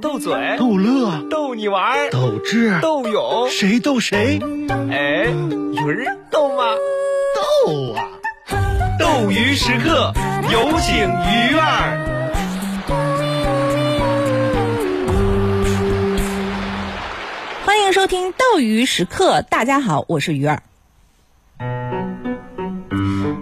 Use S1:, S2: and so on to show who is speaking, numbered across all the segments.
S1: 斗嘴、
S2: 逗乐、
S1: 逗你玩儿、
S2: 斗智，
S1: 斗勇，
S2: 谁斗谁？
S1: 哎，鱼儿斗吗？
S2: 斗啊！
S1: 斗鱼时刻，有请鱼儿。
S3: 欢迎收听《斗鱼时刻》，大家好，我是鱼儿。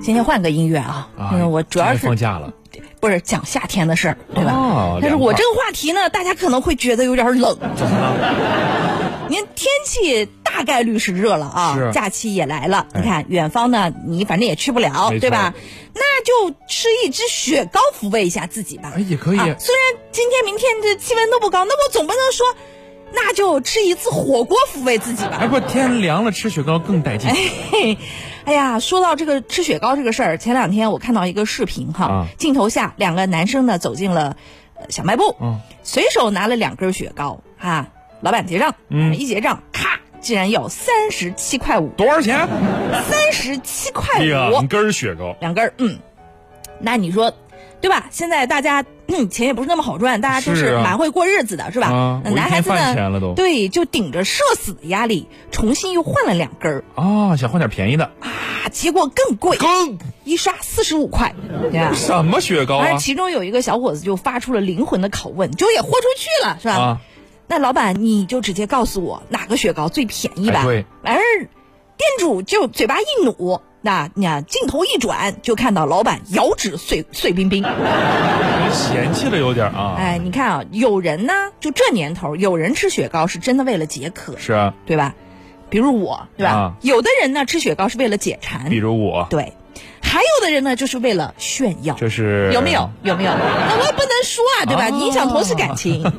S3: 今天换个音乐啊，
S4: 啊
S3: 嗯，我主要
S4: 今天
S3: 是
S4: 放假了，
S3: 不是讲夏天的事儿，对吧？
S4: 哦
S3: 但是
S4: 凉
S3: 我
S4: 快
S3: 这个话题呢，大家可能会觉得有点冷。怎么了？ 您天气大概率是热了啊，
S4: 是
S3: 假期也来了。
S4: 哎
S3: 你看远方呢，你反正也去不了
S4: 没，错
S3: 对吧？那就吃一只雪糕抚慰一下自己吧。
S4: 哎，也可以，
S3: 啊，虽然今天、明天这气温都不高，那我总不能说，那就吃一次火锅抚慰自己吧。
S4: 哎，不，天凉了吃雪糕更带劲。
S3: 嘿，哎呀，说到这个吃雪糕这个事儿，前两天我看到一个视频哈，
S4: 啊
S3: 镜头下两个男生呢走进了呃小卖部，
S4: 嗯
S3: 随手拿了两根雪糕啊，老板结账，
S4: 嗯
S3: 一结账，咔，竟然要三十七块五，
S4: 多少钱？
S3: 三十七块
S4: 两
S3: 五，
S4: 根雪糕，
S3: 两根儿，嗯，那你说。对吧？现在大家、嗯、钱也不是那么好赚，大家都
S4: 是
S3: 是
S4: 啊
S3: 蛮会过日子的，是吧？
S4: 啊
S3: 那
S4: 我一
S3: 男
S4: 天
S3: 孩子
S4: 饭钱了
S3: 呢
S4: 都，
S3: 对，就顶着社死的压力，重新又换了两根儿
S4: 哦，想换点便宜的，
S3: 啊，结果更贵，
S4: 更
S3: 一刷四十五 块，对吧？
S4: 什么雪糕
S3: 而
S4: 啊？
S3: 其中有一个小伙子就发出了灵魂的拷问，就也豁出去了，是吧？
S4: 啊，
S3: 那老板你就直接告诉我哪个雪糕最便宜吧。
S4: 哎对
S3: 完事儿，店主就嘴巴一努，那你看镜头一转，就看到老板摇指碎碎冰冰。
S4: 嫌弃了有点啊。
S3: 哎，你看啊，有人呢，就这年头，有人吃雪糕是真的为了解渴，
S4: 是啊，
S3: 对吧？比如我，对吧？
S4: 啊
S3: 有的人呢吃雪糕是为了解馋
S4: 比，如我，
S3: 对。还有的人呢，就是为了炫耀，
S4: 这是
S3: 有没有？？有没有？那我也不能说啊，对吧？
S4: 啊
S3: 影响同事感情。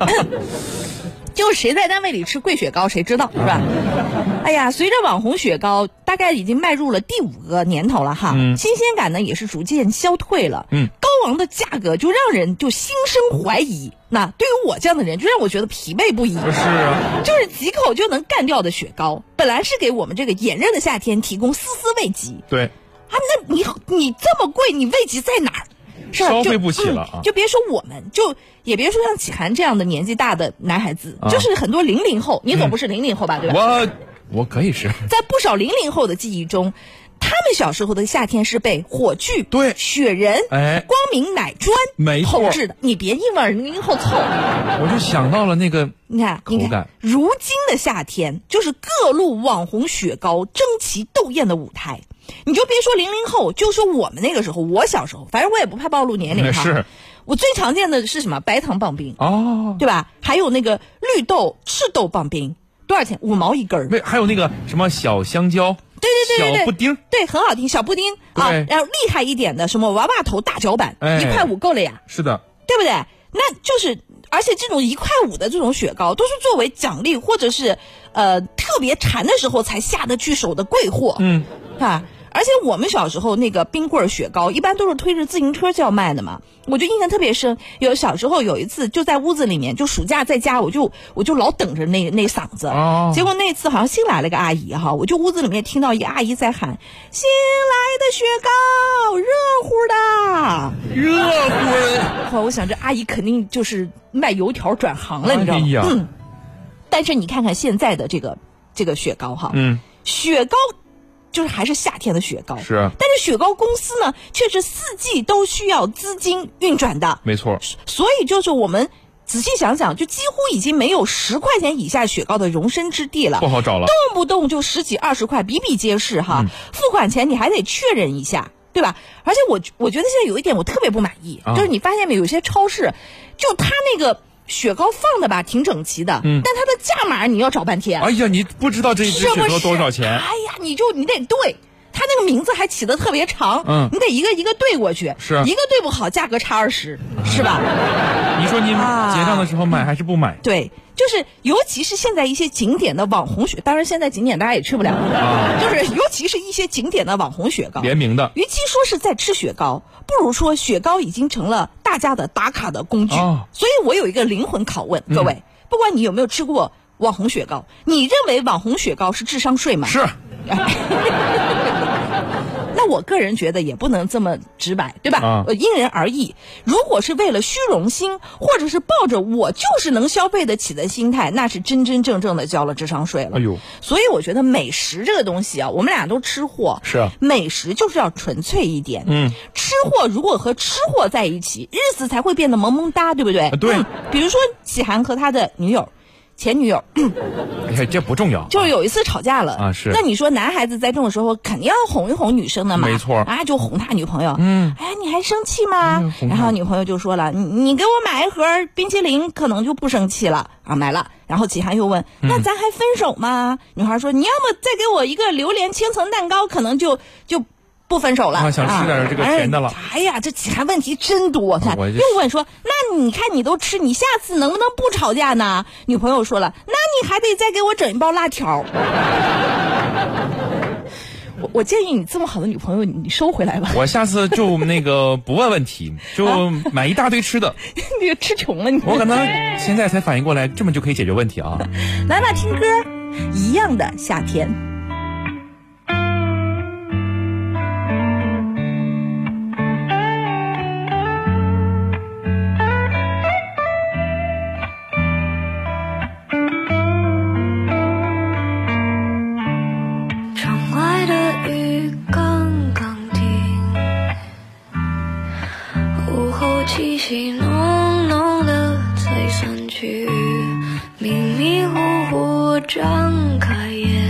S3: 就是谁在单位里吃贵雪糕，谁知道是吧？
S4: 嗯
S3: 哎呀，随着网红雪糕大概已经迈入了第五个年头了哈，
S4: 嗯
S3: 新鲜感呢也是逐渐消退了。
S4: 嗯，
S3: 高昂的价格就让人就心生怀疑。那对于我这样的人，就让我觉得疲惫不已。
S4: 不是啊，
S3: 就是几口就能干掉的雪糕，本来是给我们这个炎热的夏天提供丝丝慰藉，
S4: 对，
S3: 啊，那你你这么贵，你慰藉在哪儿？是吧？
S4: 消费
S3: 就
S4: 不起了啊
S3: 嗯就别说我们，就也别说像启涵这样的年纪大的男孩子，
S4: 啊嗯
S3: 就是很多零零后，你总不是零零后吧，对吧？
S4: 我我可以是，
S3: 在不少零零后的记忆中，他们小时候的夏天是被火炬、
S4: 对
S3: 雪人、
S4: 哎
S3: 光明奶砖
S4: 没错
S3: 统治的。你别硬往零零后凑，
S4: 我就想到了那个
S3: 你看，
S4: 口
S3: 你看
S4: 感，
S3: 如今的夏天就是各路网红雪糕争奇斗艳的舞台。你就别说零零后，就说我们那个时候，我小时候，反正我也不怕暴露年龄
S4: 那
S3: 哈。
S4: 是
S3: 我最常见的是什么？白糖棒冰，
S4: 哦，
S3: 对吧？还有那个绿豆赤豆棒冰，多少钱？五毛一根儿。
S4: 没还有那个什么小香蕉，
S3: 对对对对对，
S4: 小布丁儿，
S3: 对，很好听，小布丁啊。
S4: 对
S3: 然后厉害一点的，什么娃娃头大脚板，
S4: 哎
S3: 一块五够了呀。
S4: 是的，
S3: 对不对？那就是，而且这种一块五的这种雪糕，都是作为奖励或者是呃特别馋的时候才下得去手的贵货，
S4: 嗯，
S3: 啊。而且我们小时候那个冰棍儿雪糕，一般都是推着自行车就要卖的嘛。我就印象特别深，有小时候有一次就在屋子里面，就暑假在家，我就我就老等着那那嗓子。
S4: 哦
S3: 结果那次好像新来了个阿姨哈，我就屋子里面听到一阿姨在喊：“新来的雪糕，热乎的。”
S4: 热乎，
S3: 后来我想，这阿姨肯定就是卖油条转行了，你知道
S4: 哎
S3: 吗
S4: 呀？
S3: 嗯。但是你看看现在的这个这个雪糕哈，
S4: 嗯，
S3: 雪糕就是还是夏天的雪糕，
S4: 是啊
S3: 但是雪糕公司呢，却是四季都需要资金运转的，
S4: 没错，
S3: 所以就是我们仔细想想，就几乎已经没有十块钱以下雪糕的容身之地了
S4: 不。好找了。
S3: 动不动就十几二十块，比比皆是哈。
S4: 嗯
S3: 付款前你还得确认一下，对吧？而且我我觉得现在有一点我特别不满意，
S4: 啊
S3: 就是你发现没有，有些超市，就它那个雪糕放的吧，挺整齐的，但它的价码你要找半天，
S4: 哎呀，你不知道嗯这一只
S3: 是
S4: 雪
S3: 不是
S4: 糕多少钱？
S3: 哎呀，你就你得对。它那个名字还起的特别长，
S4: 嗯
S3: 你得一个一个对过去，
S4: 是
S3: 一个对不好，价格差二十，是吧？
S4: 你说你
S3: 啊
S4: 结账的时候买还是不买？
S3: 对，就是尤其是现在一些景点的网红雪，当然现在景点大家也去不了，就是尤其是一些景点的网红雪糕。
S4: 联名的
S3: 与其说是在吃雪糕，不如说雪糕已经成了大家的打卡的工具。
S4: 哦
S3: 所以我有一个灵魂拷问，各位，不管你有没有吃过网红雪糕，你认为网红雪糕是智商税吗？
S4: 是，
S3: 那我个人觉得也不能这么直白，对吧？
S4: 啊
S3: 呃，因人而异。如果是为了虚荣心，或者是抱着我就是能消费得起的心态，那是真真正正的交了智商税了。
S4: 哎呦，
S3: 所以我觉得美食这个东西啊，我们俩都吃货，
S4: 是啊
S3: 美食就是要纯粹一点。
S4: 嗯，
S3: 吃货如果和吃货在一起，日子才会变得萌萌哒，对不对？
S4: 啊对
S3: 嗯比如说启涵和他的女友。前女友
S4: 哎呀，这不重要，
S3: 就是有一次吵架了
S4: 啊是
S3: 那你说男孩子在这种时候肯定要哄一哄女生的嘛，
S4: 没错
S3: 啊，就哄他女朋友，
S4: 嗯，
S3: 哎，你还生气吗？
S4: 嗯哄她
S3: 然后女朋友就说了，你你给我买一盒冰淇淋，可能就不生气了啊，买了。然后启涵又问，
S4: 嗯
S3: 那咱还分手吗？女孩说，你要么再给我一个榴莲千层蛋糕，可能就就。不分手了，
S4: 啊想吃点这个甜的了
S3: 哎呀，这启涵问题真多，看
S4: 我这
S3: 又问说，那你看你都吃，你下次能不能不吵架呢？女朋友说了，那你还得再给我整一包辣条。 我我建议你这么好的女朋友，你你收回来吧。
S4: 我下次就那个不问问题，就买一大堆吃的。
S3: 你吃穷了你。
S4: 我可能现在才反应过来，这么就可以解决问题啊！
S3: 来吧，听歌，一样的夏天。
S5: 窗外的雨刚刚停，午后气息浓浓的才散去，迷迷糊糊张开眼，Oh 哦